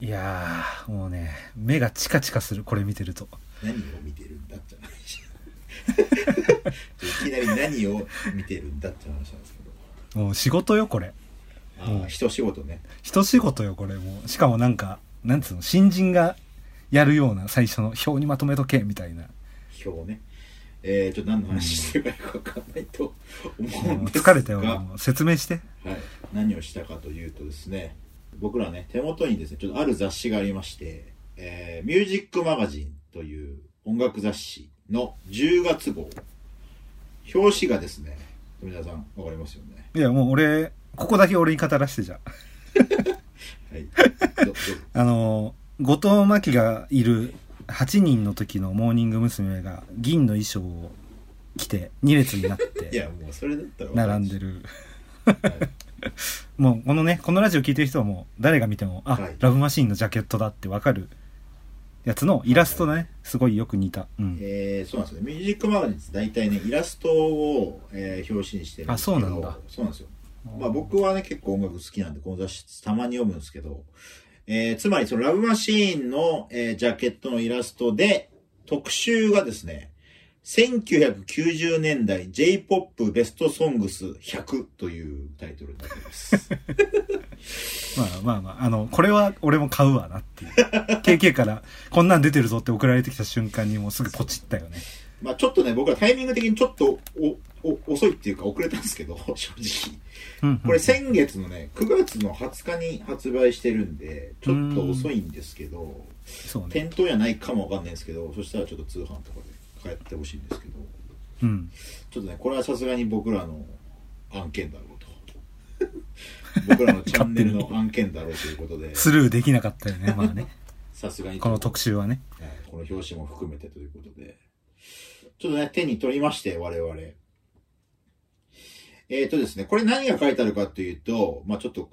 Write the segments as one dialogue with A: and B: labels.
A: いやーもうね目がチカチカするこれ見てると
B: 何を見てるんだって話 いきなり何を見てるんだって話なんですけど
A: もう仕事よこれ
B: あー一仕事ね
A: 一仕事よこれもうしかもなんかなんつうの新人がやるような最初の表にまとめとけみたいな
B: 表ねえー、ちょっと何の話してるかよくわかんないと思うん
A: もう
B: です
A: 疲れたよ
B: が
A: 俺もう説明して
B: はい、何をしたかというとですね僕らね手元にですねちょっとある雑誌がありまして「えーミュージックマガジン」という音楽雑誌の10月号表紙がですね富田さんわかりますよね
A: いやもう俺ここだけ俺に語らせてじゃ
B: はいどど
A: ああのー後藤真希がいる8人の時のモーニング娘。が銀の衣装を着て2列になっ
B: い
A: て
B: やもうそれだったらわか
A: 並んで
B: る
A: る
B: はい
A: もうこのねこのラジオ聞いてる人はもう誰が見てもあ、
B: はい
A: ラブマシーンのジャケットだってわかるやつのイラストだねすごいよく似た、うん、
B: えー、そうなんですよねミュージックマガジンって大体ねイラストを、えー表紙にしてるんですけ
A: あそ
B: ど
A: うなんだ
B: そうなんですよまあ僕はね、結構音楽好きなんで、この雑誌たまに読むんですけど、えー、つまりそのラブマシーンの、えージャケットのイラストで、特集がですね、1990年代 J-POP ベストソングス100というタイトルになって います。
A: まあまあまああのこれは俺も買うわな っていう KK からこんなん出てるぞって送られてきた瞬間にもうすぐポチったよね
B: まあちょっとね、僕らタイミング的にちょっとおお遅いっていうか遅れたんですけど、正直。
A: うん
B: これ先月のね、9月の20日に発売してるんで、ちょっと遅いんですけど、
A: そうね
B: 店頭やないかもわかんないですけどそしたらちょっと通販とかで買ってほしいんですけど
A: うん
B: ちょっとねこれはさすがに僕らの案件だろうと僕らのチャンネルの案件だろうということで
A: スルーできなかったよねまあね
B: さすがに
A: この特集はね
B: はいこの表紙も含めてということでちょっとね手に取りまして我々えっ、ー、とですねこれ何が書いてあるかというとまあちょっと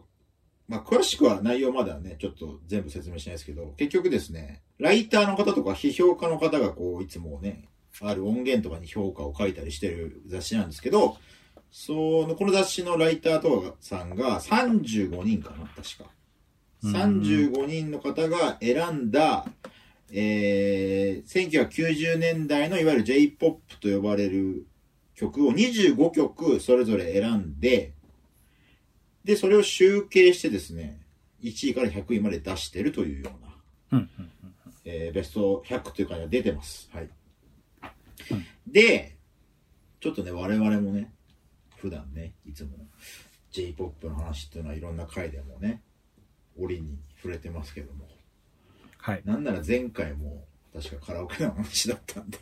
B: まあ、詳しくは内容まではね、ちょっと全部説明しないですけど、結局ですね、ライターの方とか批評家の方がこう、いつもね、ある音源とかに評価を書いたりしてる雑誌なんですけど、その、この雑誌のライターとかさんが35人かな、確か。
A: うん
B: 35人の方が選んだ、えー、1990年代のいわゆる J-POP と呼ばれる曲を25曲それぞれ選んで、で、それを集計してですね、1位から100位まで出してるというような、
A: うんうん
B: えーベスト100というかには出てます。はい。で、ちょっとね、我々もね、普段ね、いつも J-POP の話っていうのはいろんな回でもね、折に触れてますけども、
A: はい
B: なんなら前回も確かカラオケの話だったんで、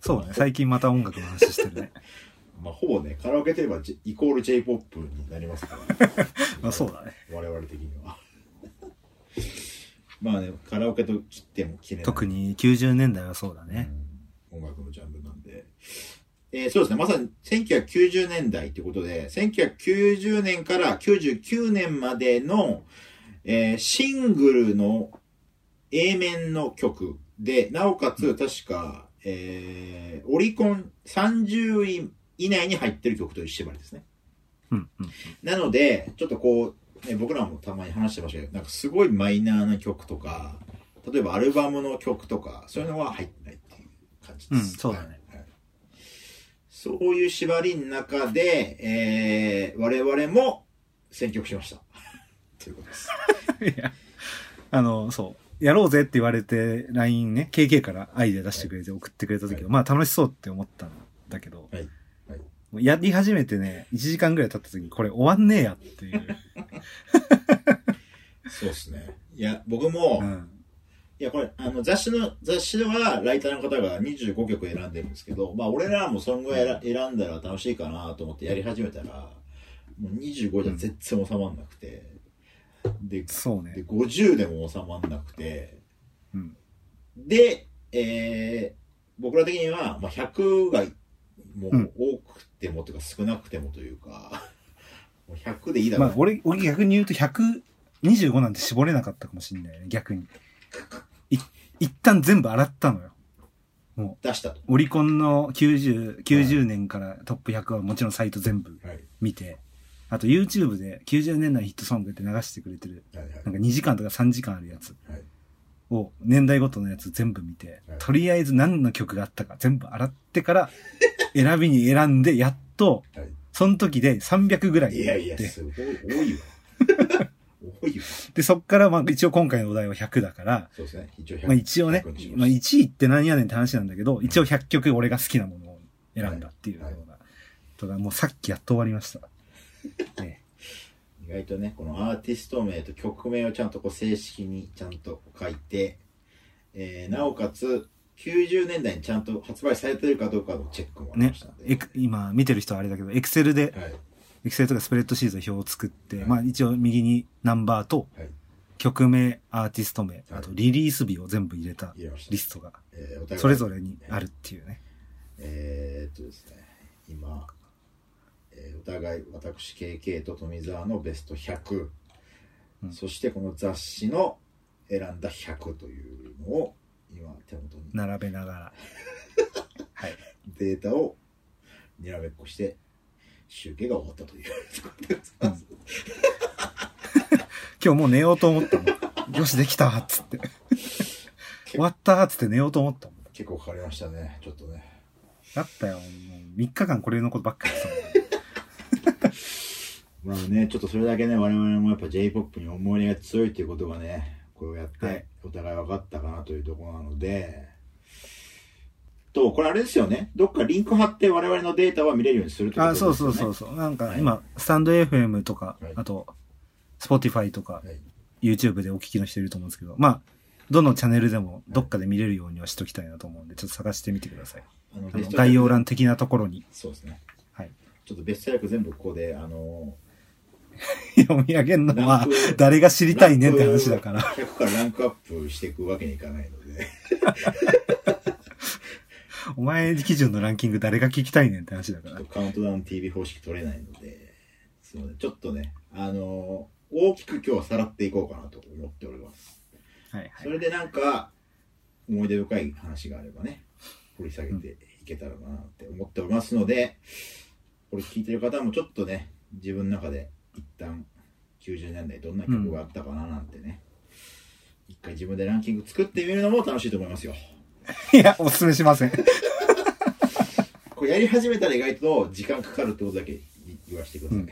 A: そうだね最近また音楽の話してるね
B: まあほぼね、カラオケといえば、J- イコール J-POP になり ますから、
A: まあそうだね
B: 我々的には。 まあね、カラオケと切っても切れない。
A: 特に90年代はそうだね
B: うん音楽のジャンルなんで。えーそうですね、まさに1990年代ということで、1990年から99年までの、えーシングルの A 面の曲で、なおかつ確か、えーオリコン30位以内に入ってる曲という縛りですね。
A: うんうん
B: なので、ちょっとこう、ね、僕らもたまに話してましたけど、なんかすごいマイナーな曲とか、例えばアルバムの曲とか、そういうのは入ってないっていう感じです。
A: うんそうだね
B: はい。はいそういう縛りの中で、えー、我々も選曲しました。 ということです。
A: いや、あの、そう。やろうぜって言われて、LINE ね、KK からアイデア出してくれて送ってくれた時は、
B: はい
A: まあ楽しそうって思ったんだけど、
B: はいはい
A: もうやり始めてね、1時間ぐらい経った時に、これ終わんねえやって いう。
B: そうですね。いや、僕も、
A: うん。
B: いや、これ、あの、雑誌の、雑誌では、ライターの方が25曲選んでるんですけど、まあ、俺らもそんぐらいら選んだら楽しいかなと思ってやり始めたら、もう25じゃ全然収まんなくて、で、
A: そうね
B: で、。50でも収まんなくて、
A: うん。
B: で、えー、僕ら的には、まあ、100が、も
A: うん
B: う、多くてもというか、少なくてもというか、 もう100でいいだろ
A: ま
B: う
A: あ、俺、俺逆に言うと125なんて絞れなかったかもしんないね、逆に。い、一旦全部洗ったのよ。
B: 出したと。
A: オリコンの90、90年からトップ100はもちろんサイト全部
B: はい。
A: 見て、あと YouTube で90年代ヒットソングって流してくれてる、
B: はいはい
A: なんか2時間とか3時間あるやつ
B: はい
A: を、年代ごとのやつ全部見て
B: はい、
A: とりあえず何の曲があったか全部洗ってから、選びに選んで、やっと、
B: はい
A: その時で300ぐらい
B: いやいや、
A: で、
B: すごい、多いわ。 多いわ。
A: で、そっから、まあ一応今回のお題は100だから、
B: そうですね。一応100
A: まあ一応ね
B: 100にし、
A: ま
B: ま
A: あ
B: し
A: 1位って何やねんって話なんだけど、一応100曲俺が好きなものを選んだっていうよう
B: はい
A: な。とか、もうさっきやっと終わりました。ね
B: た意外とね、このアーティスト名と曲名をちゃんとこう正式にちゃんと書いて、えーなおかつ、90年代にちゃんと発売されてるかどうかのチェックもありましたんで。
A: え今見てる人はあれだけど、エクセルで、
B: はい。
A: エクセルとかスプレッドシートで表を作って、
B: はい
A: まあ一応右にナンバーと
B: はい。
A: 曲名、アーティスト名、あとリリース日を全部入れた
B: 入れました。
A: リストが
B: えーお互い
A: それぞれにあるっていうね。
B: えーっとですね、今、えーお互い私 KK と富澤のベスト100、
A: うん
B: そしてこの雑誌の選んだ100というのを今手元に
A: 並べながら。はい。
B: データをにらめっこして集計が終わったという。
A: 今日もう寝ようと思った もん。よし、できたっつって。終わったっつって寝ようと思ったもん。
B: 結構かかりましたね、ちょっとね。
A: だったよ。もう3日間これのことばっかりさ。
B: まあね、ちょっとそれだけね、我々もやっぱ J-POP に思い入れが強いっていうことがね、これをやっ
A: はい
B: て、お互い分かったかなというところなので、と、これあれですよね、どっかリンク貼って我々のデータは見れるようにする ってこと
A: あ、
B: です
A: そ
B: よね。。
A: うそうそううそう。なんか今、スタンド FM とか
B: はい、
A: あと、Spotify とか
B: は、い、
A: YouTube でお聞きの人いると思うんですけど、まあ、どのチャンネルでもどっかで見れるようにはしときたいなと思うんで、ちょっと探してみてください。
B: あの
A: あ
B: ベ
A: の
B: スト
A: 概要欄的なところに。
B: そうですね。
A: はい。
B: ちょっとベスト役全部ここで、あの、
A: 読み上げるの
B: ラ
A: は
B: ンク、
A: 誰が知りたいねって話だから。
B: 100からランクアップしていくわけにいかないので、
A: お前基準のランキング誰が聞きたいねんって話だか
B: ちょっ
A: ら
B: と。カウントダウン TV 方式取れないので、すいませんちょっとね、あの、大きく今日はさらっていこうかなと思っております。
A: はい
B: そ
A: はい。
B: れでなんか思い出深い話があればね掘り下げていけたらなって思っておりますのでこれ聞いてる方もちょっとね自分の中で一旦90年代どんな曲があったかななんてね、一回自分でランキング作ってみるのも楽しいと思いますよ
A: いや、おすすめしません。
B: これやり始めたら意外と時間かかるってことだけ言わせてください、
A: うん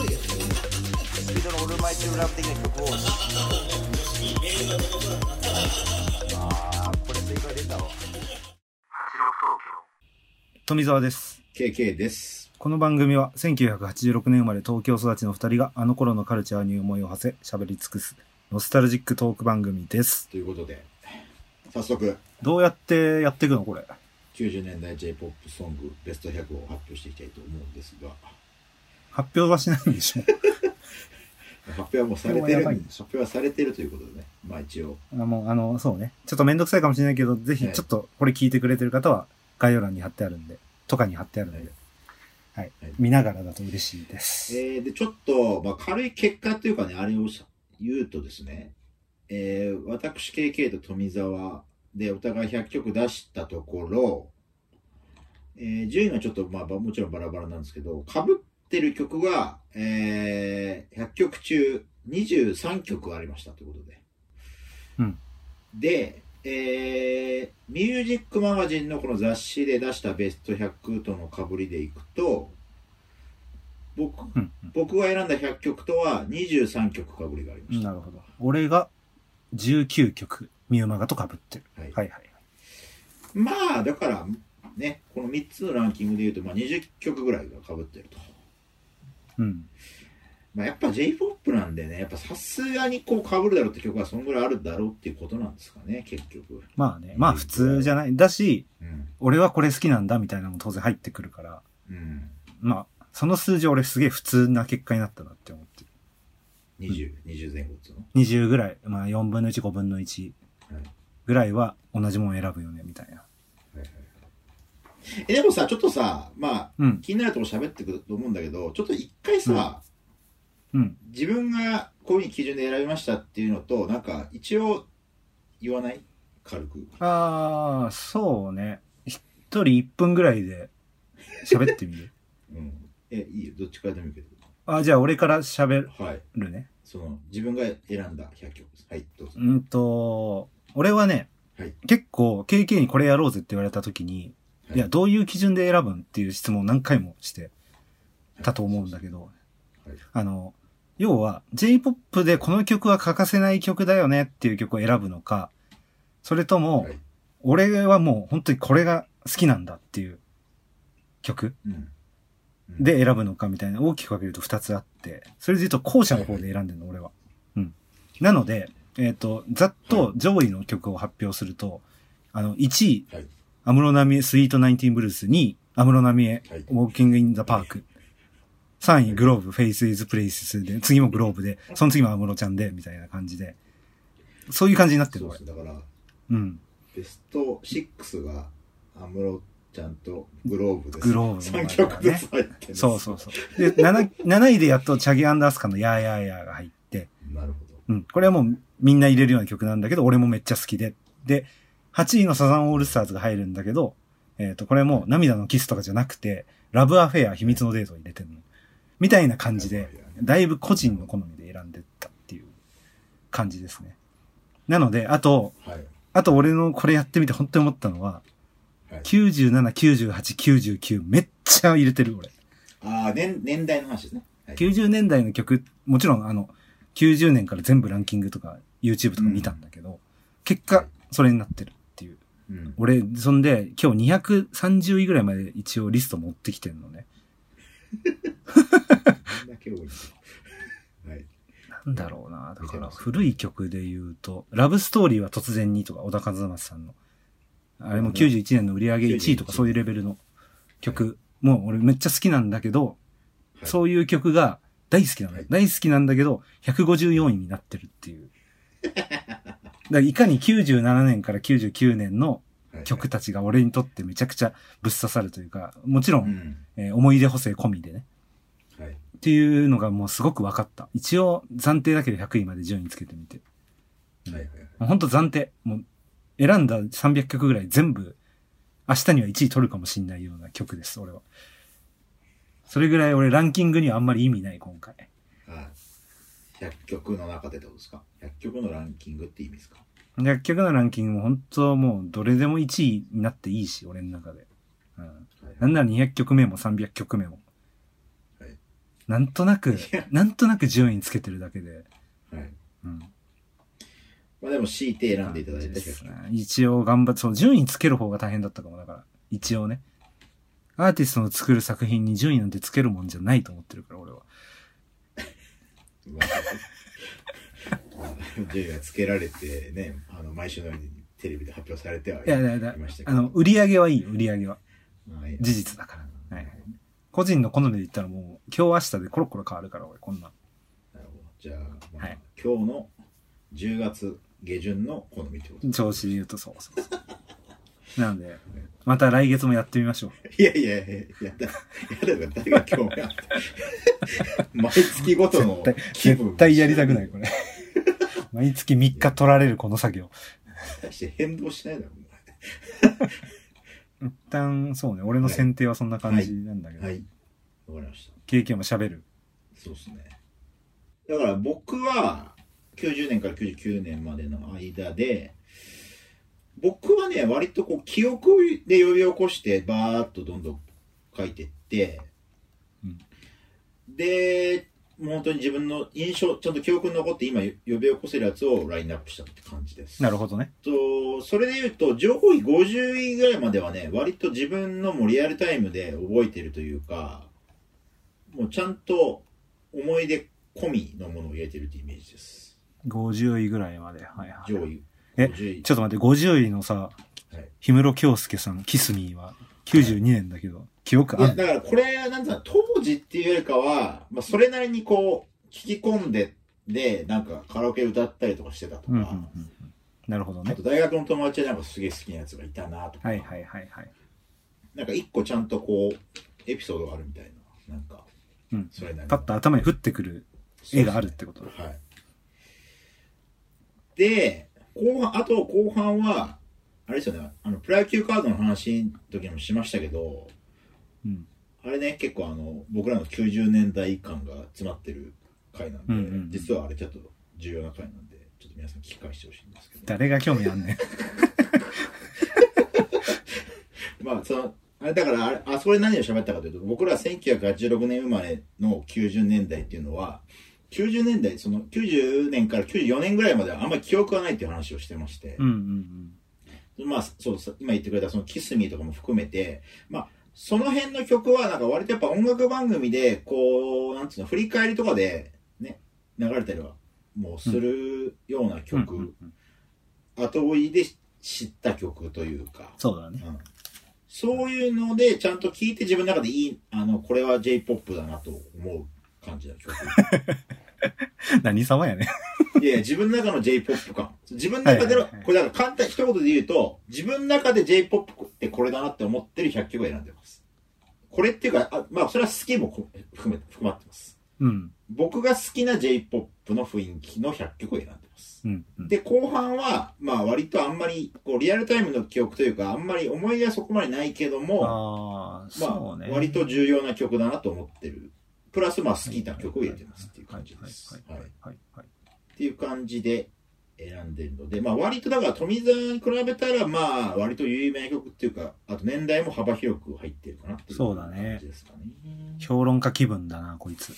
C: スピードのオールマイティブラブ的な曲を。ああ、これ正解出たわ。
A: 富澤です。
B: KK です
A: この番組は1986年生まれ東京育ちの二人があの頃のカルチャーに思いを馳せ、喋り尽くす、ノスタルジックトーク番組です。
B: ということで早速
A: どうやってやっていくのこれ。
B: 90年代 J-POP ソングベスト100を発表していきたいと思うんですが
A: 発表はしないんでしょ
B: 発表はもうされて
A: これは
B: る
A: やばいんでし
B: 発表はされてるということでねまあ一応
A: あもう、あ の、そうね。ちょっとめんどくさいかもしれないけど、ぜひ、
B: はい
A: ちょっとこれ聞いてくれてる方は、概要欄に貼ってあるんで、とかに貼ってあるんで、はい。
B: はい
A: 見ながらだと嬉しいです。
B: えーでちょっと、まあ、軽い結果というかねあれをし言うとですね、えー私 KK と富澤でお互い100曲出したところ、えー順位はちょっと、まあ、ばもちろんバラバラなんですけどかぶってる曲が、えー100曲中23曲ありましたということで、
A: うん
B: で、えーミュージックマガジンのこの雑誌で出したベスト100とのかぶりでいくと僕
A: うん、うん
B: 僕が選んだ100曲とは23曲かぶりがありました。
A: なるほど。俺が19曲、ミューマガと被ってる。
B: はい
A: はいはい。
B: まあ、だから、ね、この3つのランキングで言うと、まあ、20曲ぐらいがかぶってると。
A: うん。
B: まあ、やっぱ J-POP なんでね、やっぱさすがにこうかぶるだろうって曲はそんぐらいあるだろうっていうことなんですかね、結局。
A: まあね、まあ普通じゃない。だし、
B: うん。
A: 俺はこれ好きなんだみたいなのも当然入ってくるから、
B: うん。
A: まあ、その数字俺すげえ普通な結果になったなって思ってる。
B: 20、20前後っつうの。
A: 20ぐらい、まあ4分の1、5分の1
B: はい
A: ぐらいは同じもん選ぶよね、みたいな。
B: え、でもさ、ちょっとさ、まあ、
A: うん。
B: 気になるとこ喋ってくると思うんだけど、ちょっと一回さ、
A: うん。
B: 自分がこういうふうに基準で選びましたっていうのと、なんか一応言わない軽く。
A: ああ、そうね。一人一分ぐらいで喋ってみる。
B: うん。え、いいよ。どっちからでもいいけど。
A: あじゃあ俺から喋
B: はい。
A: るね。
B: その、自分が選んだ100曲です。はい、どうぞ。
A: うんと、俺はね、
B: はい
A: 結構 KK にこれやろうぜって言われた時に、
B: はい
A: いや、どういう基準で選ぶんっていう質問を何回もしてたと思うんだけど、
B: はい。
A: あの、要は J-POP でこの曲は欠かせない曲だよねっていう曲を選ぶのか、それとも、
B: はい。
A: 俺はもう本当にこれが好きなんだっていう曲
B: うん。うん、
A: で選ぶのかみたいな大きく分けると2つあって、それで言うと後者の方で選んでるの、俺は。うん。なので、えっ、と、ざっと上位の曲を発表すると、あの、1位、
B: はい。
A: 安室奈美恵、スイートナインティーンブルース、2位、安室奈美恵
B: はい、
A: ウォーキングインザパーク、3位、グローブ、フェイスイズプレイスで、次もグローブで、その次も安室ちゃんで、みたいな感じで、そういう感じになってる
B: そ
A: の、
B: うで
A: 俺
B: す。ね。だから、
A: うん。
B: ベスト6が安室ちゃんとグローブです。
A: グローブの
B: 3曲ずつ入ってます
A: そうそうそう。で、7, 7位でやっとチャギアンダースカのヤーヤーヤーが入って、
B: なるほど。
A: うん。これはもうみんな入れるような曲なんだけど、俺もめっちゃ好きで。で、8位のサザンオールスターズが入るんだけど、えっ、と、これも涙のキスとかじゃなくて、ラブアフェア秘密のデートを入れてるの。みたいな感じで、だいぶ個人の好みで選んでったっていう感じですね。なので、あと、
B: はい。
A: あと俺のこれやってみて本当に思ったのは、
B: はい
A: 97、98、99めっちゃ入れてる俺。
B: ああ、年、年代の話ですね。はい。
A: 90年代の曲、もちろんあの、90年から全部ランキングとか YouTube とか見たんだけど、結果、それになってるっていう。
B: うん。
A: 俺、そんで、今日230位ぐらいまで一応リスト持ってきてんのね。
B: こんだけ多いんだ。 はい。
A: なんだろうな。だ
B: 見
A: か
B: て
A: ら、
B: ます
A: 古い曲で言うと、ラブストーリーは突然にとか、小田和正さんの。あれも91年の売り上げ1位とか
B: 91
A: そういうレベルの曲。もう俺めっちゃ好きなんだけど、
B: はい
A: そういう曲が大好きなの、
B: はい
A: 大好きなんだけど、154位になってるって いう。だからいかに97年から99年の
B: はい。
A: 曲たちが俺にとってめちゃくちゃぶっ刺さるというか、もちろん、
B: うん。
A: えー思い出補正込みでね。
B: はい。
A: っていうのがもうすごく分かった。一応暫定だけど100位まで順位つけてみて。
B: はいはい。
A: もうほんと暫定。もう選んだ300曲ぐらい全部明日には1位取るかもしんないような曲です、俺は。それぐらい俺ランキングにはあんまり意味ない、今回。
B: あ100曲の中でってことですか ?100 曲のランキングって意味ですか
A: 100曲のランキングも本当もうどれでも1位になっていいし、俺の中で。うん。
B: はい
A: なんなら200曲目も300曲目も。
B: はい
A: なんとなく、なんとなく順位つけてるだけで。
B: はい。
A: うん。
B: まあでも強いて選んでいただいて
A: 感じ ですね一応頑張って、そう、順位つける方が大変だったかも、だから。一応ね。アーティストの作る作品に順位なんてつけるもんじゃないと思ってるから、俺は。
B: 順位がつけられてね、あの毎週のようにテレビで発表されてはい
A: いやいやいや
B: ました、け
A: あ
B: ど。
A: の、売り上げはいい、売り上げは。
B: はい
A: 事実だから。はいはい。個人の好みで言ったらもう、今日明日でコロコロ変わるから、俺、こんなん。
B: なるほどじゃあ、まあ
A: はい
B: 今日の10月下旬の好みってことで
A: 調子で言うとそうそうそう。なんで、また来月もやってみましょう。
B: いやいやいや、やだ、やだ、誰が興味あって。 毎月ごとの
A: 絶対、
B: 気分
A: 絶対やりたくない、こ れ。毎月3日取られる、この作業。
B: 大して変動しないだろ、お
A: 一旦、そうね、俺の選定はそんな感じなんだけど。
B: 前はい。わかりました。
A: 経験も喋る。
B: そうですね。だから僕は、90年から99年までの間で、僕はね、割とこう、記憶で呼び起こして、バーっとどんどん書いてって、
A: うん
B: で、もう本当に自分の印象、ちゃんと記憶に残って今呼び起こせるやつをラインナップしたって感じです。
A: なるほどね。
B: と、それで言うと、情報費50位ぐらいまではね、割と自分のもリアルタイムで覚えてるというか、もうちゃんと思い出込みのものを入れてるってイメージです。
A: 50位ぐらいまで。はいはい。
B: 上位。
A: え
B: 50位
A: ちょっと待って、50位のさ、
B: はい
A: 氷室京介さん、キスミーは92年だけど、記憶
B: い
A: あ
B: や、
A: んの
B: だからこれ、なんつうの、当時っていうよりかは、まあ、それなりにこう、聞き込んで、で、なんかカラオケ歌ったりとかしてたと
A: う
B: か、
A: んうんうんうん。なるほど
B: あ
A: ね
B: と。大学の友達でなんかすげえ好きなやつがいたなとか、
A: はいはいはいはい。
B: なんか一個ちゃんとこう、エピソードがあるみたいな、なんか、
A: うん。
B: それなりに
A: パッと頭に降ってくる絵があるってこと。
B: はい。で、後半、あと後半は、あれですよね、あの、プロ野球カードの話の時もしましたけど、
A: うん。
B: あれね、結構あの、僕らの90年代感が詰まってる回なんで、
A: うんうんうん
B: 実はあれちょっと重要な回なんで、ちょっと皆さん聞き返してほしいんですけど、
A: 誰が興味あんねん。
B: まあ、その、あれだからあれ、あそこで何を喋ったかというと、僕ら1986年生まれの90年代っていうのは、90年代、その90年から94年ぐらいまではあんまり記憶がないっていう話をしてまして、
A: うんうん
B: まあ、そう、さ今言ってくれたそのキスミーとかも含めて、まあ、その辺の曲はなんか割とやっぱ音楽番組で、こう、なんつうの、振り返りとかで、ね、流れたりは、もうするような
A: うん。
B: 曲、
A: うんうんうん
B: 後追いで知った曲というか、
A: そうだね。
B: うんそういうので、ちゃんと聴いて自分の中でいい、あの、これは J-POP だなと思う感じの曲。
A: 何様やね。
B: いやいや、自分の中の J-POP 感。自分の中での、
A: はいはいはい
B: これだから簡単、一言で言うと、自分の中で J-POP ってこれだなって思ってる100曲を選んでます。これっていうか、あまあ、それは好きもこ含め、含まってます。
A: うん。
B: 僕が好きな J-POP の雰囲気の100曲を選んでます。
A: うんうん。
B: で、後半は、まあ、割とあんまり、こう、リアルタイムの記憶というか、あんまり思い出はそこまでないけども、
A: ああ、
B: まあ
A: そうね。
B: 割と重要な曲だなと思ってる。プラス、まあ、好きな曲を入れてますっていう感じです。
A: はい
B: はい
A: はいはいはい。
B: っていう感じで選んでるので、まあ割とだから富澤に比べたら、まあ割と有名な曲っていうか、あと年代も幅広く入ってるかなっていう
A: そうだね
B: 感じですかね。
A: 評論家気分だな、こいつ。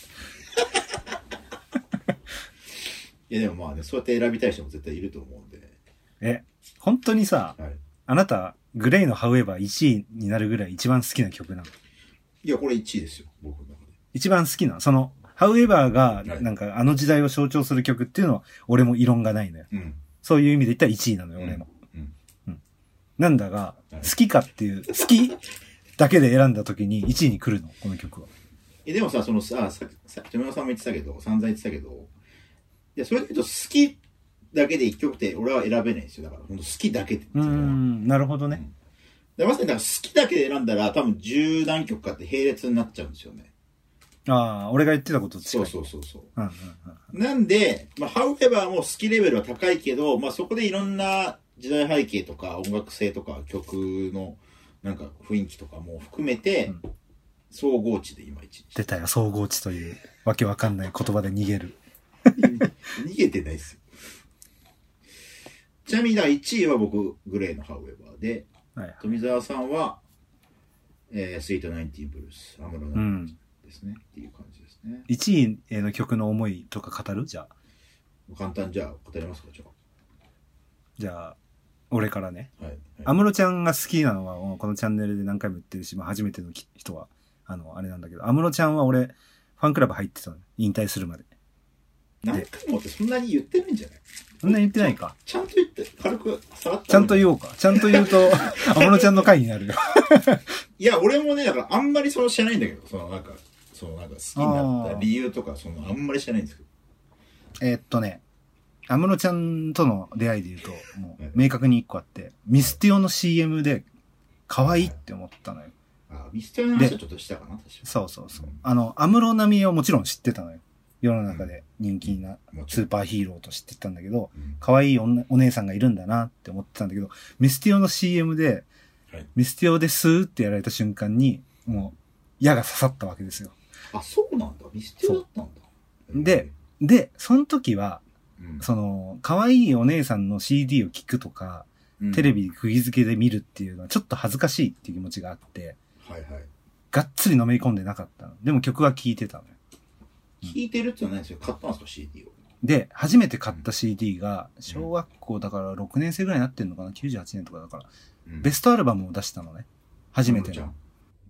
B: いやでもまあね、そうやって選びたい人も絶対いると思うんで。
A: え、本当にさ、
B: はい。
A: あなた、グレイのハウエバー1位になるぐらい一番好きな曲なの。
B: いや、これ1位ですよ、僕の中で。
A: 一番好きなの。その、ハウエバーが、
B: はい
A: なんかあの時代を象徴する曲っていうのは、俺も異論がないのよ。
B: うん。
A: そういう意味で言ったら1位なのよ、
B: うん
A: 俺も。
B: うん
A: なんだが、
B: はい
A: 好きかっていう、好きだけで選んだ時に1位に来るの、この曲は。
B: えでもさ、そのさ、ささ富澤さんも言ってたけど、散々言ってたけど、いや、それで言うと好きだけで1曲って俺は選べないんですよ。だから、本当好きだけでっていう
A: う
B: のは。
A: ん、なるほどね。
B: でまさにだから好きだけで選んだら、多分十何曲かって並列になっちゃうんですよね。
A: ああ、俺が言ってたことと近
B: そ
A: い。
B: うそうそうそう。
A: うんうん
B: なんで、まあ、ハウエバーも好きレベルは高いけど、まあ、そこでいろんな時代背景とか音楽性とか曲のなんか雰囲気とかも含めて、
A: うん
B: 総合値で今一
A: 出たよ、総合値という、わけわかんない言葉で逃げる。
B: 逃げてないっすよ。ちなみにだ1位は僕、グレーのハウエバーで、
A: はい。
B: 富澤さんは、えー、スイートナインティーブルース、アムロ
A: う
B: ナ
A: ん。
B: ですね、っていう感じですね。
A: 1位の曲の思いとか語るじゃあ。
B: 簡単じゃあ答えますか、じゃ
A: じゃあ、俺からね。
B: あ。はい。
A: 安室ちゃんが好きなのは、もうこのチャンネルで何回も言ってるし、まあ、初めてのき人は、あの、あれなんだけど、安室ちゃんは俺、ファンクラブ入ってたの。引退するまで。
B: 何回もってそんなに言ってないんじゃない
A: そんな言ってないか。
B: ちゃんと言って、軽くさらっ
A: ちゃんと言おうか。ちゃんと言うと、 安室ちゃんの回になるよ。
B: いや、俺もね、だからあんまりその知らないんだけど、そのなんか、そのなんか好きになった理由とか、そのあんまり知らないんですけど。
A: えーっとね、安室ちゃんとの出会いで言うと、も
B: はいう
A: 明確に一個あって、ミスティオの CM で、可愛いって思ったのよ。
B: あ、ミステリーの話はちょっとしたかな、確か
A: そうそうそう。あの、安室奈美恵はもちろん知ってたのよ。世の中で人気な
B: に。も
A: スーパーヒーローと知ってたんだけど、
B: うん
A: 可愛い女お姉さんがいるんだなって思ってたんだけど、ミスティオの CM で、
B: はい
A: ミスティオでスーってやられた瞬間に、もう、矢が刺さったわけですよ。
B: あ、そうなんだ。ミステリーだったんだ。
A: うで、で、その時は、
B: うん
A: その、可愛いお姉さんの CD を聞くとか、
B: うん
A: テレ。ビ釘付けで見るっていうのはちょっと恥ずかしいっていう気持ちがあって、
B: はいはい。
A: がっつりのめり込んでなかったの。でも曲は聴いてたのよ。
B: 聞いてるってのはないんですよ。買ったんですか、CD を。
A: で、初めて買った CD が、小学校だから6年生ぐらいになってんのかな ?98 年とかだから。ベ
B: ス
A: ストアルバムを出したのね。初めて
B: じゃ
A: の。
B: ん。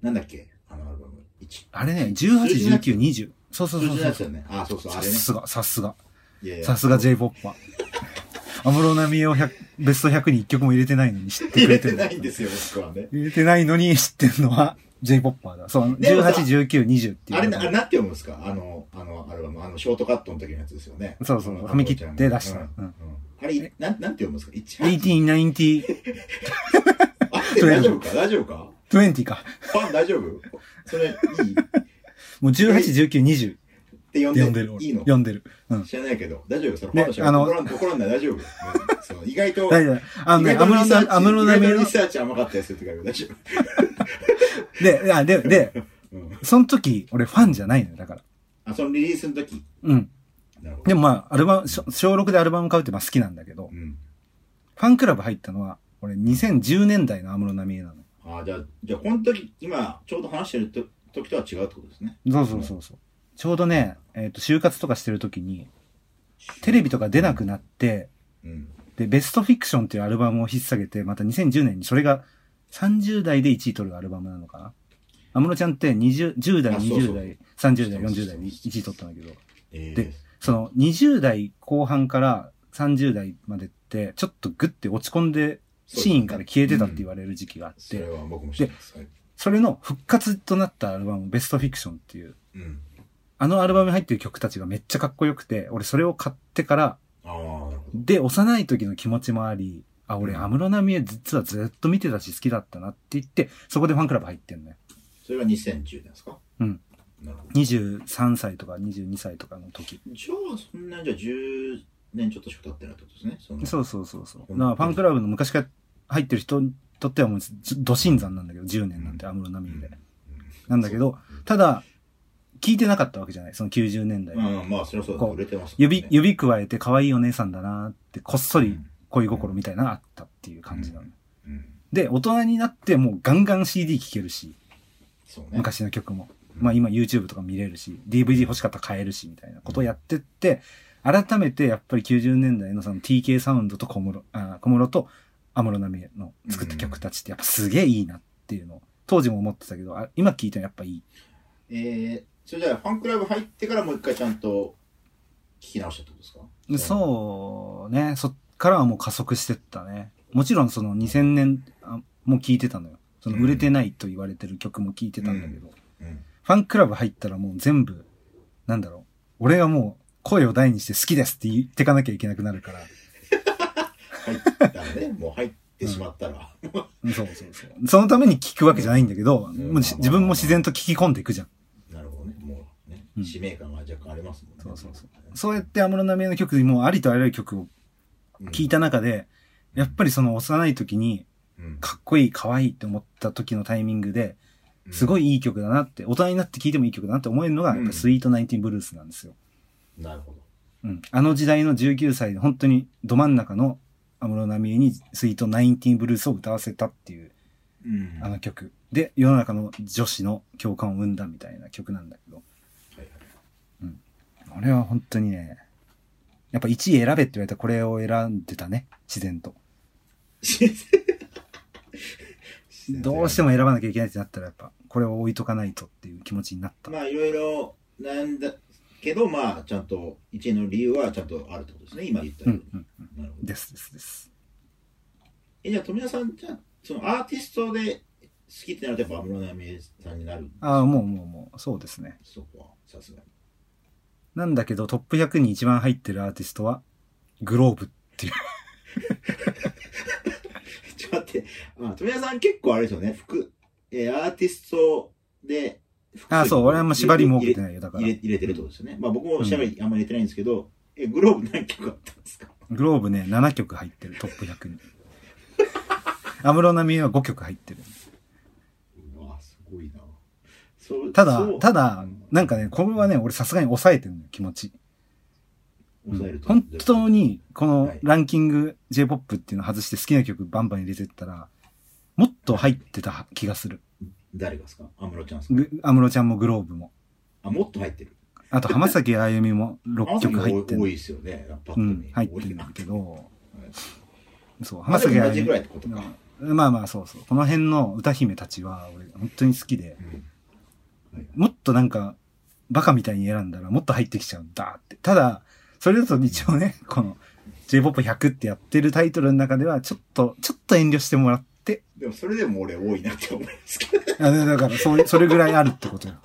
B: なんだっけあのアルバム。一
A: あれね、
B: 数字
A: 18、
B: のやつ
A: 19、20。そうそう
B: 数
A: そう
B: 字のやつ
A: そ
B: だ
A: う。
B: よね。あ、そうそう、あ
A: さ
B: れね。
A: すが、さすが。
B: いやいや
A: さすが J-POP は。安室奈美恵を100ベスト100に1曲も入れてないのに知って
B: 入
A: く
B: れ
A: れて
B: て
A: る。
B: ないんですよ、僕はね。
A: 入れてないのに知ってるのは J-POP だ。そう、
B: でもさ
A: 18、19、20っていう。
B: あれな、あれなんて読むんですかあの、あのアルバム、あの、ショートカットの時のやつですよね。
A: そうそう、踏み切って出したの。
B: うん
A: うん。
B: あれ、なん、なんて読むんですか一
A: 1890、
B: あって大丈夫か大丈夫か
A: 20か。
B: ファン大丈夫それ、いい
A: もう18、19、20。
B: って呼ん
A: 呼ん
B: で
A: でる、俺。
B: いいの
A: 呼んでる。うん。
B: 知らないけど、大丈夫そのフ
A: ね
B: ァンの人
A: あ
B: が
A: の
B: 怒らん、怒らんない、大丈夫。ねそう意外と、
A: 大丈夫。あのね、
B: 意
A: 安
B: 外と
A: 室
B: リ
A: 奈安室奈美恵の
B: サーチ意外とリサーチ甘かったりするとか大丈夫。
A: で、いや、で、で
B: うん、
A: その時、俺ファンじゃないのよ、だから。
B: あ、そのリリースの時。
A: うん。
B: なるほど。
A: でもまあ、アルバム、小小6でアルバム買うってまあ好きなんだけど
B: う、ん。
A: ファンクラブ入ったのは、俺2010年代の安室奈美恵なのよ。
B: あーじゃあ、じゃあ、この時、今、ちょうど話してると時とは違うってことですね。
A: そうそうそうそう。ちょうどね、えっ、と、就活とかしてる時に、テレビとか出なくなって、
B: うん。
A: で、ベストフィクションっていうアルバムを引っ提げて、また2010年にそれが30代で1位取るアルバムなのかな。安室ちゃんって20、10代、
B: あそうそう
A: 20代、30代、
B: そうそうそう
A: 40代で1位取ったんだけど、
B: え
A: でその20代後半から30代までって、ちょっとグッて落ち込んで、シーンから消えてたって言われる時期があっ
B: それ
A: て、
B: は僕も知ってます。はい
A: それの復活となったアルバム、ベストフィクションっていう、
B: うん。
A: あのアルバムに入ってる曲たちがめっちゃかっこよくて、俺それを買ってから、
B: ああ、なるほど。
A: で、幼い時の気持ちもあり、あ、俺、
B: うん
A: 安室奈美恵実はずっと見てたし好きだったなって言って、そこでファンクラブ入ってんのよ。
B: それが2010年ですか
A: うん。
B: なるほど。
A: 23歳とか22歳とかの時。
B: じゃあ、そんな、じゃあ10年ちょっとしか経ってないってことですね。その
A: そうそうそうそう。だからファンクラブの昔から入ってる人にとってはもう、ど新参なんだけど、10年なんて安室奈美恵で。なんだけど、ただ、聞いてなかったわけじゃない、その90年代。
B: うん、まあ、それはそうだ、
A: こう
B: 売れてますもんね
A: 指、指加えて可愛いお姉さんだなって、こっそり恋心みたいなのあったっていう感じなの。
B: うん
A: で、大人になってもうガンガン CD 聴けるし、
B: そうね。
A: 昔の曲も。まあ今 YouTube とか見れるし、DVD 欲しかったら買えるし、みたいなことをやってって、改めてやっぱり90年代のその TK サウンドと小室、あ小室と安室奈美恵の作った曲たちってやっぱすげえいいなっていうのを、当時も思ってたけど、あ今聴いてもやっぱいい。
B: えー、それじゃあ、ファンクラブ入ってからもう一回ちゃんと聞き直したってことですか
A: でそうね、そっからはもう加速してったね。もちろんその2000年あも聴いてたのよ。その売れてないと言われてる曲も聴いてたんだけど、
B: う。うん。
A: ファンクラブ入ったらもう全部、なんだろう。俺がもう声を大にして好きですって言ってかなきゃいけなくなるから。
B: 入ったらね、 もう入ってしまったら。
A: うんそうそうそう。そのために聞くわけじゃないんだけど、
B: ん
A: もうじ自分も自然と聞き込んでいくじゃん。
B: なるほどね。もうね、
A: うん
B: 使命感が若干ありますもんね。
A: そうそうそう。そうやって安室奈美恵の曲にもうありとあらゆる曲を聴いた中で、やっぱりその幼い時に
B: うん、
A: かっこいい、可愛いって思った時のタイミングで、すご
B: い。
A: いいい曲だなって、大人になって聴いてもいい曲だなって思えるのが、やっぱスイートナインティーンブルースなんですよ。
B: なるほど。
A: うん、あの時代の19歳で本当にど真ん中の安室奈美恵にスイートナインティーンブルースを歌わせたっていう
B: うん
A: あ
B: はい
A: の曲で世の中の女子の共感を生んだみたいな曲なんだけど、
B: はい。
A: これは本当にね、やっぱ1位選べって言われたらこれを選んでたね、自然と。どうして
B: も。
A: も選ばなきゃいけないってなったらやっぱこれを置いとかないとっていう気持ちになった。
B: まあ、いろいろ悩んだけど、まあ、ちゃんと、一位の理由はちゃんとあるってことですね。今言った
A: う
B: ようんに。
A: うんうん。
B: なるほど。
A: ですですです。
B: え、じゃあ、富田さん、じゃあ、そのアーティストで好きってなると、やっぱ安室奈美恵さんになる。
A: ああ、もうもうもう、そうですね。
B: そこは、さすがに。
A: なんだけどトップ100に一番入ってるアーティストはグローブっていう。
B: ちょっと待って、 あ、富田さん結構あれですよね、服、えーアーティストで、複数
A: ああ、そう、俺はあんま縛り設けて
B: 入
A: ないよ、だか
B: れ
A: ら
B: 入れ。入れてるってことですよね。まあ僕も縛りあんまり入れてないんですけど、え、グローブ何曲あったんですか
A: グローブね、7曲入ってる、トップ100に。安室奈美恵は5曲入ってる。
B: うわ、すごいな。そう
A: た
B: そ
A: だ、
B: う
A: ただ
B: うん、
A: なんかね、これはね、俺さすがに抑えてるのよ、気持ち。
B: 抑えると
A: 本当に、この
B: はい
A: ランキング J-POP っていうの外して好きな曲バンバン入れてったら、もっと入ってた気がする。
B: 誰がですか安室ちゃんですか
A: ぐ安室ちゃんもグローブも。
B: あ、もっと入ってる。
A: あと、浜崎あゆみも6曲入って
B: る。多い
A: る。
B: ですよね。パッと
A: う
B: 見。
A: ん、入って
B: 多い
A: るん
B: な
A: だけど、そう、
B: ま
A: 浜
B: あで
A: 崎
B: も
A: あ
B: 同
A: ゆ
B: じ
A: み
B: ぐらいってことか。
A: うんまあまあ、そうそう。この辺の歌姫たちは、俺、本当に好きで、もっとなんか、バカみたいに選んだらもっと入ってきちゃうんだって。ただ、それだと一応ね、 この J-POP100 ってやってるタイトルの中では、ちょっと、ちょっと遠慮してもらって、
B: でもそれでも俺多いなって思いますけど。
A: あだからそう、それぐらいあるってことよ。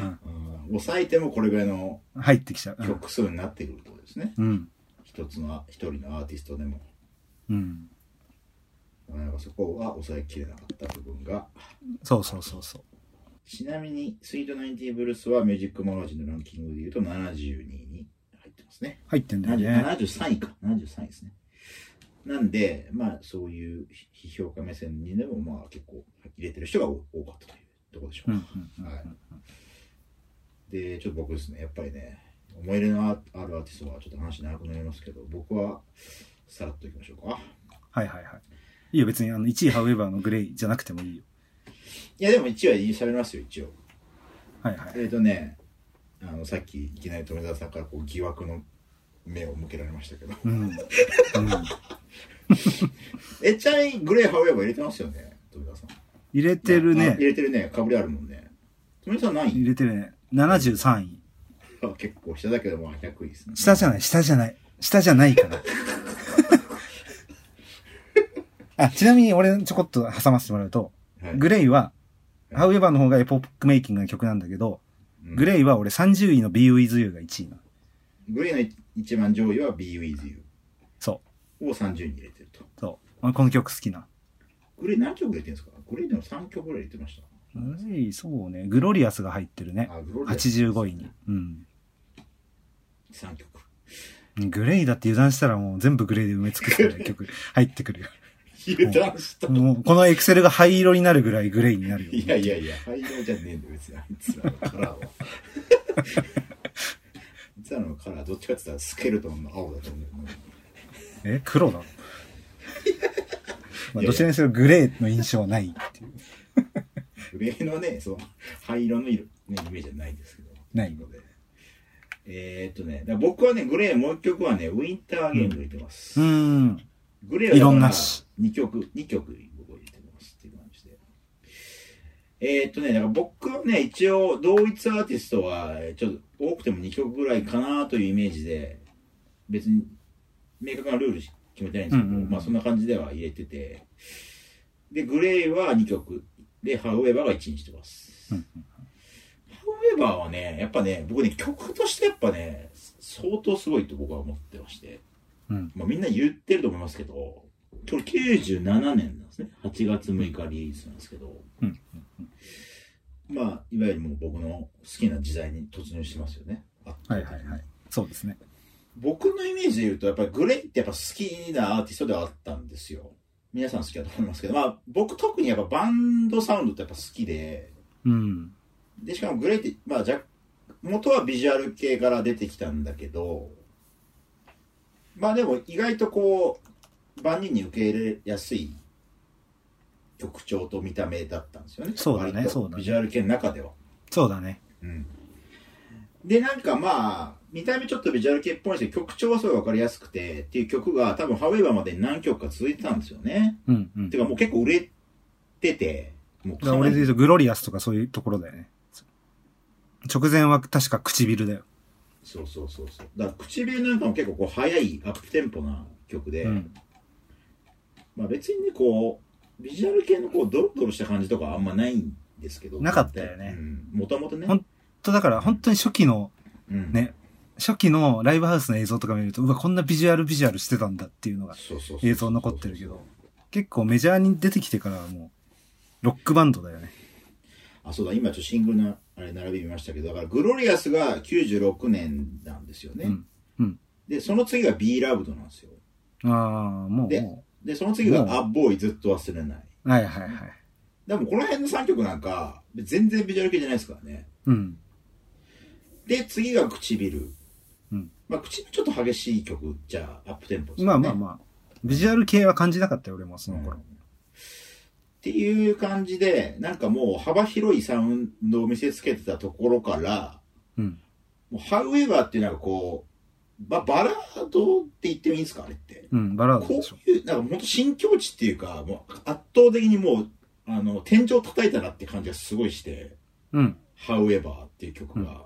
B: うん 抑えてもこれぐらいの
A: 入ってきちゃう。うん
B: 曲数になってくるってことですね。
A: うん。
B: 一つの、一人のアーティストでも。
A: うん。
B: なんかそこは抑えきれなかった部分が。
A: そうそうそうそう。
B: ちなみに、スイートナインティーブルースはミュージックマガジンのランキングで言うと72位に入ってますね。
A: 入ってんだよね。
B: 73位か。73位ですね。なんで、まあ、そういう批評家目線にでも、まあ、結構入れてる人が多多かったというところでしょう
A: う
B: か。
A: んうんうん
B: はいで、ちょっと僕ですね、やっぱりね、思い入れのあるアーティストはちょっと話長くなりますけど、僕はさらっといきましょうか。
A: はいはいはい。いいよ、別にあの1位ハウエバーのグレイじゃなくてもいいよ。
B: いや、でも一応喋りますよ、一応。
A: はいはい。
B: えっ、とね、あの、さっきいきなり富澤さんからこう疑惑の目を向けられましたけど、
A: うん。うん、
B: えちゃいグレーハウエバー入れてますよね、富澤さん。入
A: 入れてるね
B: 入。れてるね、かぶりあるもんね。富澤さんない
A: 入れてるね。73位。
B: あ結構下だけど、まあ100位ですね。
A: 下じゃない、下じゃない。下じゃないから。 あ、ちなみに俺ちょこっと挟ませてもらうと、
B: はい、
A: グレイは、
B: はい
A: ハウエバーの方がエポックメイキングな曲なんだけど、
B: うん
A: グレイは俺30位の Be With You が1位なの。
B: グレーの一番上位は Be With You
A: そ
B: を30位に入れてると。
A: う。そう。俺この曲好きな。
B: グレー何曲入れてるんですかグレーでも3曲ぐらい入れてました。
A: グレイ、そうね。グロリアスが入ってるね。
B: あ、グローリアス
A: 85位に。うん。
B: 3曲。
A: グレイだって油断したらもう全部グレイで埋め尽くすような曲入ってくるよ。
B: 油断した。
A: もうこのエクセルが灰色になるぐらいグレイになるよ。
B: いやいやいや、配慮じゃねえんだよ、別に。あいつらのカラーは。あいつらのカラー、どっちかって言ったらスケルトンの青だと思う。
A: え黒 だ。まあ、どちらにせよグレーの印象はないっていう。
B: グレーのね、その灰色の色、ね、イメージはないですけど。
A: ない
B: ので。えー、っとね、だから僕はね、グレーもう一曲はね、ウィンターゲーム入れてます。
A: うーん。
B: グレーはだから
A: いろんなし
B: 2曲、二曲僕入れてますっていう感じで。えーっとね、だから僕はね、一応同一アーティストは、えーちょっと多くても2曲ぐらいかなというイメージで、別に明確なルールし決めてないんですけ
A: う
B: ど、
A: んうんうん
B: まあそんな感じでは入れてて、で、グレーは2曲、で、ハウエバーが1にしてます。
A: うん
B: ハウエバーはね、やっぱね、僕ね、曲としてやっぱね、相当すごいと僕は思ってまして。
A: うん。
B: まあ、みんな言ってると思いますけど、これ97年なんですね。8月6日リリースなんですけど、
A: うん
B: まあ、いわゆるもう僕の好きな時代に突入してますよね。は
A: はいはいはい。そうですね。
B: 僕のイメージで言うと、やっぱりグレイってやっぱ好きなアーティストではあったんですよ。皆さん好きだと思いますけど、まあ僕特にやっぱバンドサウンドってやっぱ好きで、
A: うん。
B: で、しかもグレイって、まあ、じゃ、元はビジュアル系から出てきたんだけど、まあでも意外とこう、万人に受け入れやすい曲調と見た目だったんですよね。
A: そうだね
B: 割と
A: そうだね
B: ビジュアル系の中では。
A: そうだね。
B: うん。で、なんかまあ、見た目ちょっとビジュアル系っぽいんですけど、曲調はすごいわかりやすくて、っていう曲が多分ハウエバーまでに何曲か続いてたんですよね。
A: うんうん。
B: てかもう結構売れてて、もう
A: だから俺で言うとグロリアスとかそういうところだよね。直前は確か唇だよ。
B: そうそうそうそう。だから唇なんかも結構こう早いアップテンポな曲で、
A: うん。
B: まあ別にね、こう、ビジュアル系のこうドロドロした感じとかあんまないんですけど。
A: なかったよね
B: うん。もともとね。
A: ほんとだから本当に初期の
B: うん
A: ね、初期のライブハウスの映像とか見ると、うわ、こんなビジュアルビジュアルしてたんだっていうのが
B: そうそうそう
A: 映像残ってるけど、結構メジャーに出てきてからはもう、ロックバンドだよね。
B: あ、そうだ、今ちょっとシングルのあれ並び見ましたけど、だからグロリアスが96年なんですよね。
A: うんうん
B: で、その次が B ラブドなんですよ。
A: ああ、もう、
B: で
A: も
B: で、その次
A: うん
B: がアッボーイずっと忘れない。
A: うはいはいはい。
B: でもこの辺の3曲なんか、全然ビジュアル系じゃないですからね。
A: うん。
B: で、次が唇。
A: うん
B: まあ、唇ちょっと激しい曲じゃあ、アップテンポですよ
A: まあまあ
B: ね。っ
A: まあ、ビジュアル系は感じなかったよ、俺もその頃。
B: ていう感じで、なんかもう幅広いサウンドを見せつけてたところから、
A: うん。
B: もう、ハウエバーっていうなんかこう、ば、バラードって言ってもいいんですかあれって。
A: うん、バラード
B: こ
A: でしょ。
B: ういう、なんか本当新境地っていうか、もう圧倒的にもう、あの、天井叩いたなって感じがすごいして、
A: うん。
B: ハウエバーっていう曲が、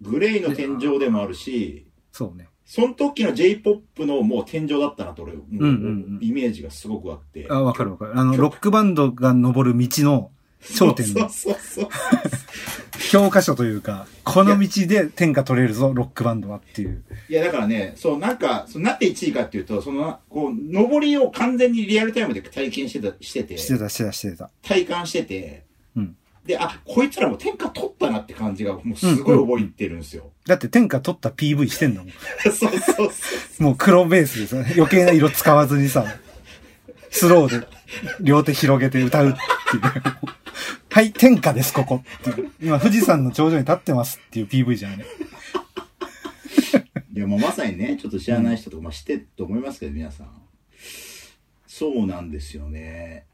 B: グレイの天井でもあるし、
A: そうね。
B: その時の J-POP のもう天井だったなと俺、もう
A: うんうんうん
B: イメージがすごくあって。
A: あ、わかるわかる。あの、ロックバンドが登る道の頂点の
B: そうそうそうそう。
A: 教科書というか、この道で天下取れるぞ、ロックバンドはっていう。
B: いや、だからね、そう、なんか、そうなんで1位かっていうと、その、こう、上りを完全にリアルタイムで体験してた、してて、
A: してたしてたしてた。
B: 体感してて、
A: うん
B: で、あ、こいつらも天下取ったなって感じが、もうすごい覚えてるんですよ。
A: だって天下取った PV してんだもん。
B: そうそうそう。
A: もう黒ベースですよね。余計な色使わず にさ、スローで両手広げて歌 うっていう。はい、天下です、ここっていう。今、富士山の頂上に立ってますっていう PV じゃんね。
B: いや、もうまさにね、ちょっと知らない人とか、まあ、知ってると思いますけど、皆さん。そうなんですよね。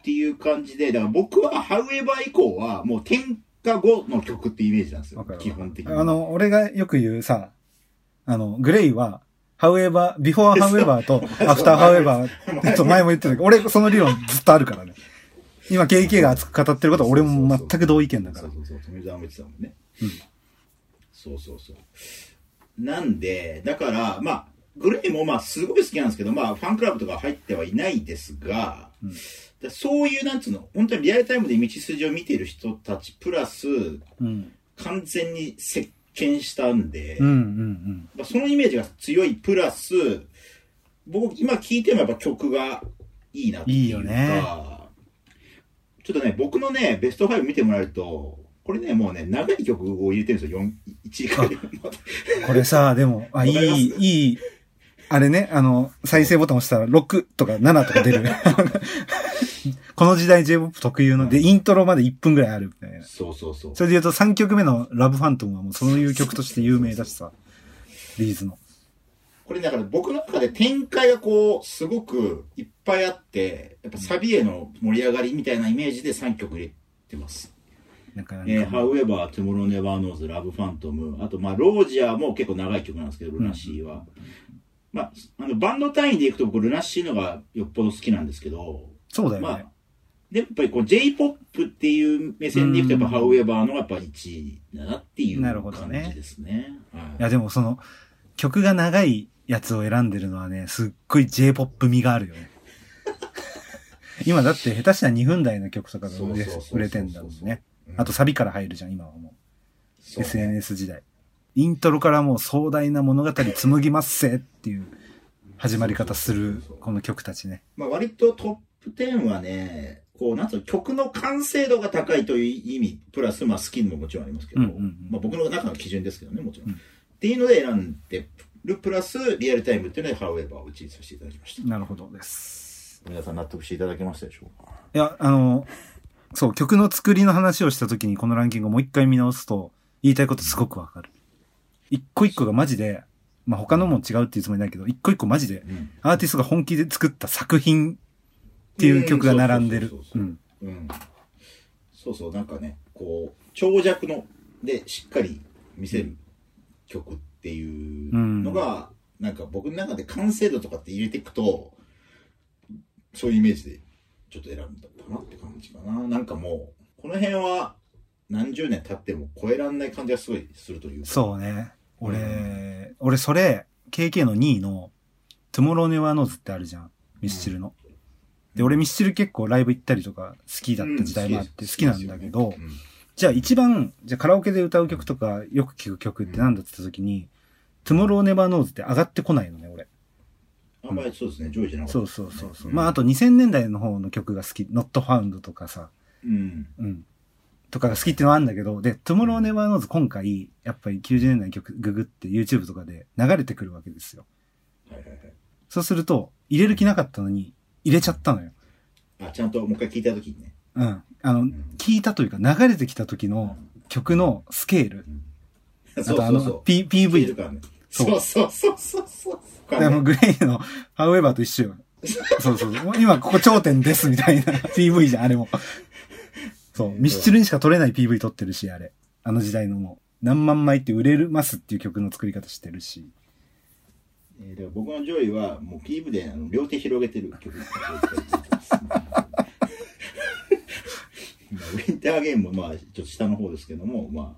B: っていう感じで、だから僕は、ハウエバー以降は、もう天下後の曲ってイメージなんですよ
A: わか。る
B: 基本的に。
A: あ、の、俺がよく言うさ、あの、グレイは、ハウエバー、ビフォーハウエバー とアフターハウエバーと前も言ってたけど、俺その理論ずっとあるからね。今 KK が熱く語ってることは俺も全く同意見だか
B: そ
A: ら
B: う。そうそう、富澤も言ってたもんね。
A: うん
B: そうそうそう。なんで、だから、まあ、グレイもまあ、すごい好きなんですけど、まあ、ファンクラブとか入ってはいないですが、
A: うん
B: だそういう、なんつうの、本当にリアルタイムで道筋を見てる人たち、プラス、
A: うん。
B: 完全に席巻したんで、
A: うんうんうん。
B: まあ、そのイメージが強いプラス、僕今聴いてもやっぱ曲がいいなって
A: い
B: いうか、
A: いよね
B: ちょっとね、僕のね、ベスト5見てもらうと、これね、もうね、長い曲を入れてるんですよ、4 1位から。
A: これさ、でも、あ、い
B: わかります
A: い、いい、あれね、あの、再生ボタン押したら6とか7とか出 る。この時代 J-POP 特有の、で、イントロまで1分ぐらいあるみたいな。
B: そうそうそう。
A: それで言うと3曲目のラブファントムはもうそういう曲として有名だしさ、リーズの。
B: これだから僕の中で展開がこう、すごくいっぱいあって、やっぱサビへの盛り上がりみたいなイメージで3曲入れてます。
A: なんかなんか
B: えー、However, Tomorrow Never Knows, Love Phantom あと、まあ、ロージアも結構長い曲なんですけど、ルナシーは。まあ、あの、バンド単位でいくと僕、ルナシーのがよっぽど好きなんですけど、
A: そうだよね。
B: まあ、で、やっぱりこう、J-POP っていう目線でいくと、やっぱ、
A: うん
B: However のがやっぱ1位だなっていう
A: なるほど
B: 感
A: ね
B: じですね。はい
A: いやでもその、曲が長いやつを選んでるのはね、すっごい J-POP 味がある よね。今だって下手したら2分台の曲とかが売れ
B: そうそうそうそう
A: 売れてんだもんね。
B: うん
A: あとサビから入るじゃん、今はもう。
B: そう
A: SNS 時代。イントロからもう壮大な物語紡ぎますせっていう始まり方す
B: そう
A: る
B: そうそうそう、
A: この曲たちね。
B: まあ、割とトップ10はね、こう、なんつうの、曲の完成度が高いという意味、プラス、まあ、スキンももちろんありますけど、
A: うんうんうん
B: まあ、僕の中の基準ですけどね、もちろん。
A: うん
B: っていうので選んでる、プラス、リアルタイムっていうので、ハウエバーを打ちさせていただきました。
A: なるほどです。
B: 皆さん納得していただけましたでしょうか
A: いや、あの、そう、曲の作りの話をした時にこのランキングをもう一回見直すと、言いたいことすごくわかる。一個一個がマジで、まあ、他のも違うっていうつもりないけど、一個一個マジで、
B: うん。
A: アーティストが本気で作った作品っていう曲が並んでるう。
B: うんそう。そうそうんうん。そうそう、なんかね、こう、長尺の、で、しっかり見せる曲っていうのが、なんか僕の中で完成度とかって入れていくと、そういうイメージでちょっと選んだかなって感じかな。なんかもう、この辺は何十年経っても超えらんない感じがすごいするというか。
A: そうね。俺、
B: う
A: 俺それ、KK の2位の、トゥモローネワーノーズってあるじゃん。ミスチルの。で、俺ミスチル結構ライブ行ったりとか好きだった時代もあって好きなんだけど、
B: うん
A: じゃあ一番、じゃあカラオケで歌う曲とかよく聴く曲ってなんだって言った時に、トゥモローネバーノーズって上がってこないのね、俺。
B: あんまりそうですね、上位じゃなかった。
A: そうそうそうそう。
B: うん
A: まああと2000年代の方の曲が好き、Not Found とかさ、
B: うん。
A: うん。とかが好きってのはあるんだけど、で、トゥモローネバーノーズ今回、やっぱり90年代の曲ググって YouTube とかで流れてくるわけですよ。
B: はいはいはい。
A: そうすると、入れる気なかったのに、入れちゃったのよ。
B: あ、ちゃんともう一回聞いたときにね。
A: うん。あの、
B: ん
A: 聞いたというか流れてきた時の曲のスケール。
B: そ
A: あ
B: う
A: とあ
B: そうそう
A: の、。P、PV
B: るからね。
A: そう
B: そうそうそうそうそう。
A: だからもうグレイの、ハウエバーと一緒よ。そうそう。もう今ここ頂点ですみたいな PV じゃん、あれも。そう。ミスチルにしか撮れない PV 撮ってるし、あれ。あの時代のもう。何万枚って売れるますっていう曲の作り方してるし。
B: えーでも僕の上位は、もう PV であの両手広げてる曲。ウィンターゲームもまあ、ちょっと下の方ですけども、まあ、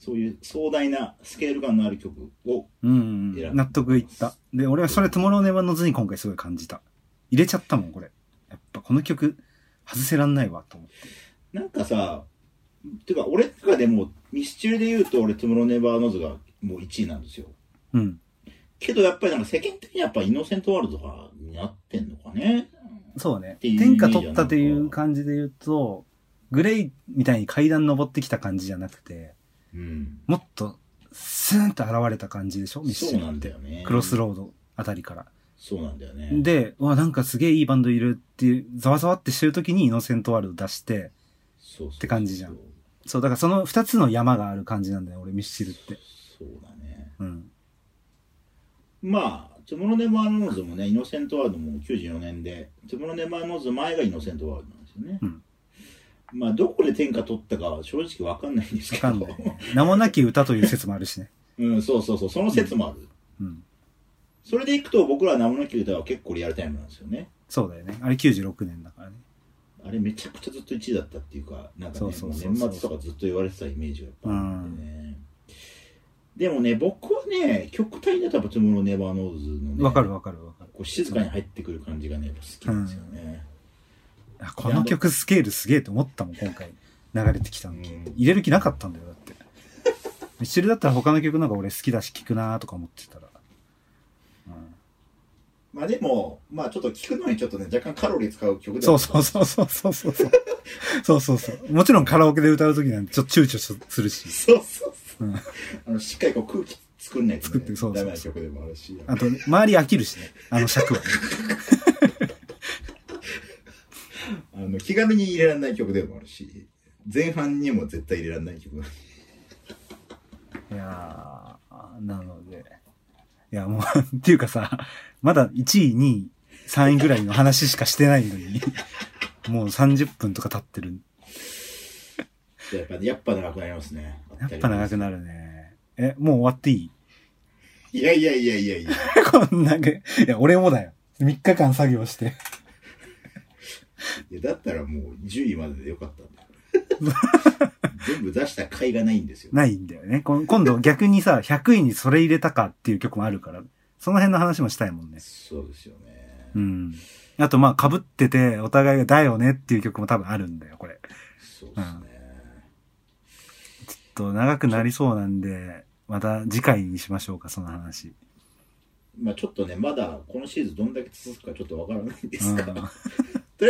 B: そういう壮大なスケール感のある曲を、
A: うん
B: いや。
A: 納得いった。で、俺はそれ、トゥモローネバの図に今回すごい感じた。入れちゃったもん、これ。やっぱこの曲、外せらんないわ、と思って。
B: なんかさ、てか俺の中でも、ミスチルで言うと俺、トゥムロネバーノズがもう1位なんですよ。
A: うん。
B: けどやっぱりなんか世間的にやっぱイノセントワールドとかになってんのかね。
A: そうね。
B: ていう
A: 天下取ったという感じで言うと、グレイみたいに階段登ってきた感じじゃなくて、
B: うん。
A: もっと、スーンと現れた感じでしょミッシ
B: そう
A: ェ
B: な
A: ルっ
B: んだ
A: て
B: よ。ね。
A: クロスロードあたりから。
B: そうなんだよね。
A: で、うわ、なんかすげえいいバンドいるっていう、ざわざわってしてる時にイノセントワールド出して、
B: そうそうそう
A: って感じじゃんそう、だからその二つの山がある感じなんだよ、俺、ミッシェルって。
B: そうだね。
A: うん。
B: まあ、トゥモロネマーノーズもね、イノセントワードも94年で、トゥモロネマーノーズ前がイノセントワードなんですよね。
A: うん
B: まあ、どこで天下取ったかは正直わかんないんです
A: わ
B: け
A: か
B: ど
A: んない。名もなき歌という説もあるしね。
B: うん、そうそうそう、その説もある。
A: うん。
B: それでいくと僕ら名もなき歌は結構リアルタイムなんですよね。
A: そうだよね。あれ96年だからね。
B: あれめちゃくちゃずっと1位だったっていうか、なんかね、
A: そうそうそうそう
B: もう年末とかずっと言われてたイメージがやっぱあってね。でもね、僕はね、極端にやっぱトゥモロネバーノーズのね、
A: わかるわかるわかる。
B: こう静かに入ってくる感じがね、やっぱ好きなんですよね。
A: あこの曲スケールすげえと思ったもん、今回。流れてきたの聞いて
B: うん
A: 入れる気なかったんだよ、だ って。ミッシェルだったら他の曲なんか俺好きだし聴くなーとか思ってたら。うん
B: まあでも、まあちょっと聞くのにちょっとね、若干カロリー使う曲で
A: そ
B: は
A: うそうそうそうそうそう。そうそうそう。もちろんカラオケで歌うときなんてちょっと躊躇しするし。
B: そうそうそう
A: うん
B: あの、しっかりこう空気作んないと、
A: 作
B: ね
A: っ、てそうそうそう
B: ダメな曲でもあるし。
A: あと、周り飽きるしね。あの尺 はね。
B: あの、気軽に入れられない曲でもあるし、前半にも絶対入れられない曲が
A: いやー、なので。いや、もう、っていうかさ、まだ1位、2位、3位ぐらいの話しかしてないのに、もう30分とか経ってる。
B: やっぱ、やっぱ長くなりますね。
A: やっぱ長くなるね。え、もう終わっていい
B: いやいやいやいやいや。
A: こんなけ、いや、俺もだよ。3日間作業して。
B: いやだったらもう10位まででよかったんだよ。全部出した甲斐がないんですよ。
A: ないんだよね。こん今度逆にさ、100位にそれ入れたかっていう曲もあるから、その辺の話もしたいもんね。
B: そうですよね。
A: うん。あとまあ被ってて、お互いがだよねっていう曲も多分あるんだよ、これ。
B: そうですね。
A: ちょっと長くなりそうなんで、また次回にしましょうか、その話。
B: まあちょっとね、まだこのシーズンどんだけ続くかちょっとわからないんで
A: う
B: すが、と
A: ん、
B: りあ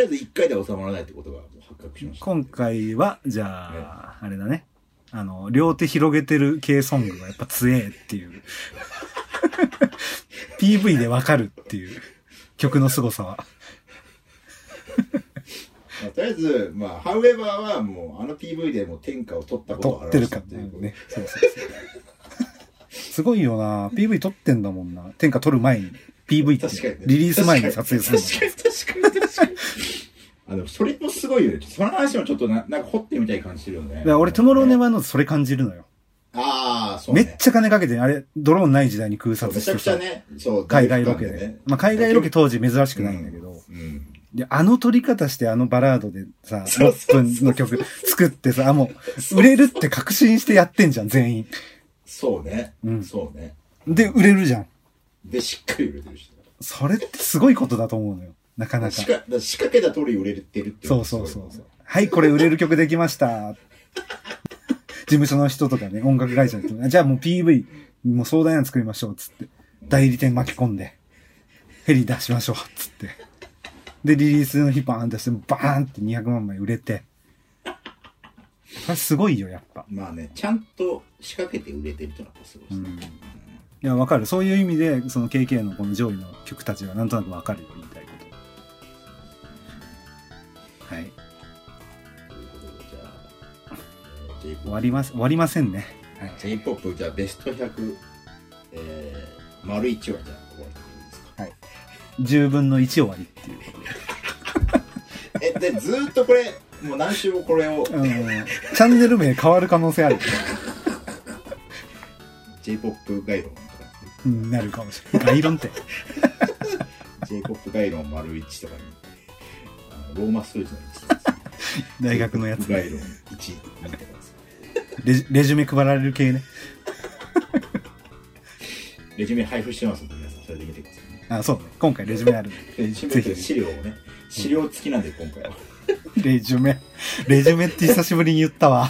B: えず1回では収まらないってことがもう発覚しました。
A: 今回は、じゃあ、あれだね。あの、両手広げてる系ソングがやっぱ強えっていう。PV でわかるっていう曲の凄さは。
B: まあ、とりあえず、まあ、ハウエバーはもうあの PV でもう天下を取ったこ
A: 撮
B: とを
A: っ
B: 表
A: てる
B: し
A: か
B: た
A: っててい
B: い
A: ううね。そうそうそう。すごいよな PV 撮ってんだもんな。天下撮る前に。PV って
B: 確かにね。
A: リリース前に撮影するの。
B: 確かに確かに確かに。あの、それもすごいよね。その話もちょっとな、なんか掘ってみたい感じするよね
A: だか。ら俺、トゥモローネバーノーズそれ感じるのよ。
B: ああ、そう
A: め
B: ね。
A: っちゃ金かけて、あれ、ドローンない時代に空
B: そう
A: 撮
B: め
A: し
B: ちゃ
A: て
B: くちゃ
A: さ、
B: ね、そう、
A: 海外ロケ
B: 大学間
A: で。まあ、海外ロケ当時珍しく
B: う
A: ないんだけど、
B: うん。
A: で、あの撮り方してあのバラードでさ、
B: そう
A: 6分の曲作ってさ、あもう、売れるって確信してやってんじゃん、全員。
B: そうね。
A: うん
B: そうね。
A: で、売れるじゃん。
B: で、しっかり売れてるし。
A: それってすごいことだと思うのよ。なかなか
B: 仕。掛だから仕掛けた通り売れてるってい
A: そうそうそうそう。はい、これ売れる曲できました。事務所の人とかね、音楽会社の人あじゃあもう PV、もう壮大なの作りましょう、つって。代理店巻き込んで、ヘリ出しましょう、つって。で、リリースの日バーン出して、バーンって200万枚売れて。これすごいよ、やっぱ。
B: まあねちゃんと仕掛けて売れてるってのはやっぱすごいですね、
A: うんいや、わかる。そういう意味で、その KK のこの上位の曲たちはなんとなくわかるよ、言いたいこと。はい。
B: ということでじゃあえー J-POP
A: 終わります、終わりませんね。はい。
B: J-POP じゃあベスト100、えー、丸一はじゃあ終わりでいいですか
A: 10分の1終わりっていう。
B: えでずーっとこれもう何週もこれを
A: あのチャンネル名変わる可能性ある。
B: J-POP 概論とか
A: うんなるかもしれない。概論って。
B: J-POP 概論丸一とかにあのローマ数字の
A: 大学のやつ
B: 1。概論1なんてます
A: レジレジュメ配られる系ね。
B: レジュメ配布してますんで皆さんそれで見てくださいね
A: あ、そうね。今回レジュメある。
B: レジュメという資料をね資料付きなんで今回は
A: レジュメ。レジュメって久しぶりに言ったわ。